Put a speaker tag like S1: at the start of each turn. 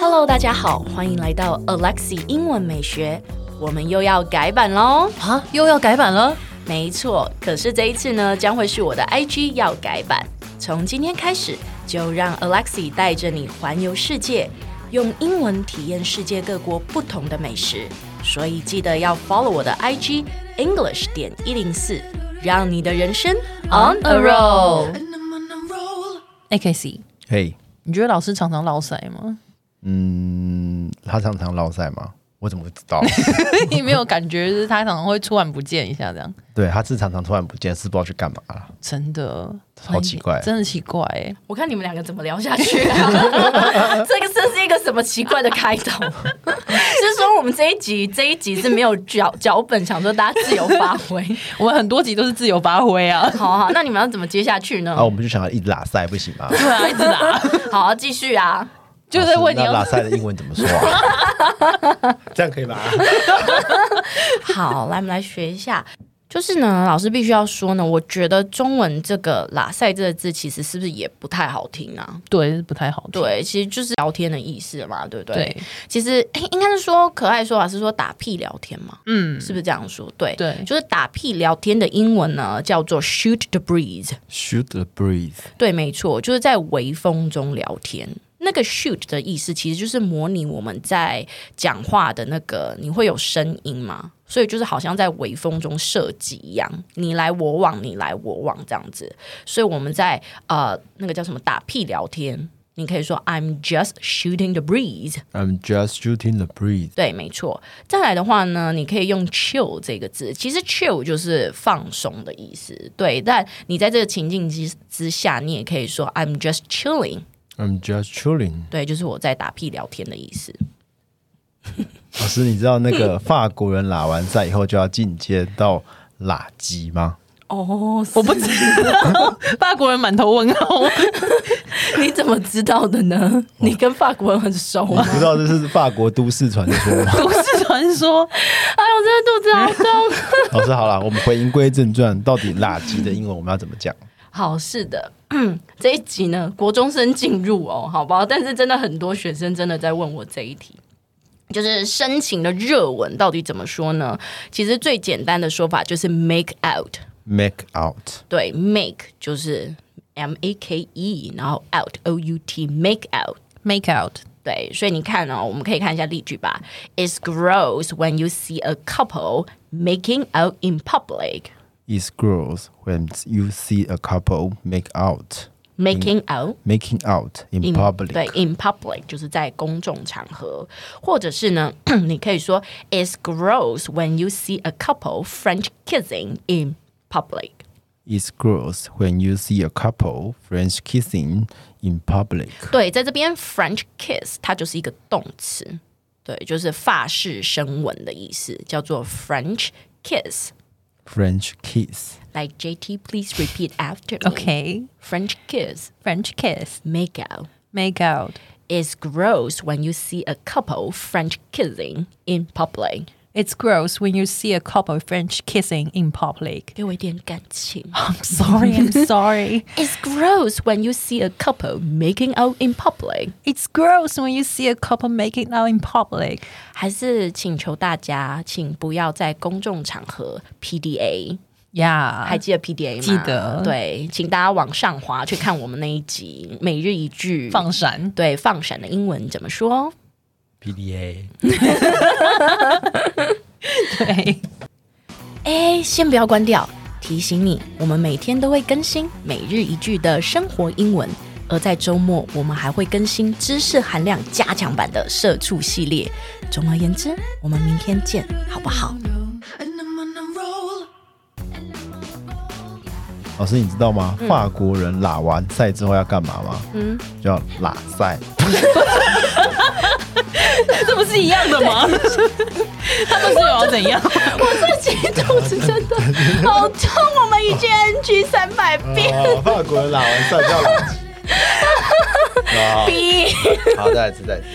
S1: Hello，大家好，欢迎来到 Alexi 英文美学，我们又要改版喽。
S2: 啊，又要改版了？
S1: 没错，可是这一次呢，将会是我的 IG 要改版。从今天开始，就让 Alexi 带着你环游世界，用英文体验世界各国不同的美食。所以记得要 follow 我的 IG English 点一零四，让你的人生 on a roll。
S3: And I'm on a roll.
S2: a K C，
S4: 嘿，
S2: 你觉得老师常常落塞 吗？
S4: 嗯，他常常落赛吗？我怎么会知 道？
S2: 你没有感觉，就是他常常会突然不见一下这样，
S4: 对，他是常常突然不见，是不知道去干嘛了。
S2: 真的
S4: 好奇怪
S2: 真的奇怪哎、
S1: 我看你们两个怎么聊下去、 啊。这个这是一个什么奇怪的开头？ 是说我们这一集这一集是没有脚脚本，想说大家自由发 挥。
S2: 我们很多集都是自由发挥啊，
S1: 好好，那你们要怎么接下去
S2: 哦
S1: 呢？
S4: 啊，我们就想要一直拉赛不行吗？
S2: 对啊，一直 打，
S1: 好，继续啊。
S2: 就是问你哦
S4: 那拉
S2: 要
S4: 赛的英文怎么说啊？这样可以吧？
S1: 好，来我们来学一下。就是呢，老师必须要说呢，我觉得中文这个“拉塞”这个字，其实是不是也不太好听啊？
S2: 对不太好听，
S1: 对，其实就是聊天的意思嘛，对不对？
S2: 对，
S1: 其实诶应该是说可爱说法是说打屁聊天嘛，
S2: 嗯，
S1: 是不是这样说？对，
S2: 对
S1: 就是打屁聊天的英文呢叫做 shoot the breeze。
S4: Shoot the breeze，
S1: 对，没错，就是在微风中聊天。那个 shoot 的意思其实就是模拟我们在讲话的那个，你会有声音嘛？所以就是好像在微风中射击一样，你来我往，你来我往这样子。所以我们在呃那个叫什么打屁聊天，你可以说 I'm just shooting the breeze。
S4: I'm just shooting the breeze。
S1: 对，没错。再来的话呢，你可以用 chill 这个字，其实 chill 就是放松的意思。对，但你在这个情境之之下，你也可以说 I'm just chilling。
S4: I'm just chilling。
S1: 对，就是我在打屁聊天的意思。
S4: 老师，你知道那个法国人拉完赛以后就要进阶到拉鸡吗？
S1: 哦，
S2: 我不知道，法国人满头问 号，
S1: 你怎么知道的呢？你跟法国人很熟
S4: 你哦不知道这是法国都市传说吗？
S2: 都市传说，
S1: 哎呦，我真的肚子好痛。
S4: 老师，好了，我们回言归正传，到底拉鸡的英文我们要怎么讲？
S1: 好，是的， 这一集呢，国中生进入哦，好不好？但是真的很多学生真的在问我这一题，就是深情的热吻到底怎么说呢？其实最简单的说法就是 make out，
S4: make out，
S1: 对，make 就是 M A K E，然后 out O U T make out。
S2: make out，
S1: 对，所以你看哦，我们可以看一下例句吧。It's gross when you see a couple making out in public.
S4: is gross when you see a couple make out,
S1: Making out
S4: making out in,
S1: in
S4: public.
S1: 对，in public 就是在公众场合，或者是呢， 你可以说 It's gross when you see a couple French kissing in public。
S4: It's gross when you see a couple French kissing in public.
S1: 对，在这边 French kiss 它就是一个动词，对，就是法式深吻的意思，叫做 French kiss。
S4: French kiss.
S1: 来，JT please repeat after me.
S2: ，OK，French
S1: French kiss
S2: kiss，make
S1: make out.
S2: out。
S1: It's gross when you see a couple French kissing in public。
S2: It's gross when you see a couple French kissing in public.
S1: 给我一点感情。
S2: I'm sorry, I'm sorry.
S1: It's gross when you see a couple making out in public，
S2: It's gross when you see a couple making out in public.
S1: 还是请求大家，请不要在公众场合 PDA。还
S2: Yeah.
S1: 记得 PDA 吗？
S2: 记得
S1: 对，请大家往上滑去看我们那一集每日一句
S2: 放闪。
S1: 对放闪的英文怎么说？
S4: PDA.
S2: 对。
S1: 哎，先不要关掉，提醒你，我们每天都会更新每日一句的生活英文，而在周末我们还会更新知识含量加强版的社畜系列。总而言之，我们明天见，好不好？
S3: And I'm on a roll.
S4: 老师，你知道吗？法国人拉完赛之后要干嘛吗？嗯，叫拉赛。
S2: 这不是一样的吗？他们是有怎样？
S1: 自己肚子真的好痛，我们已经 NG 三百遍。
S4: 哦，法国人拉完赛 叫拉鸡。好，好，再来一次，再来一次。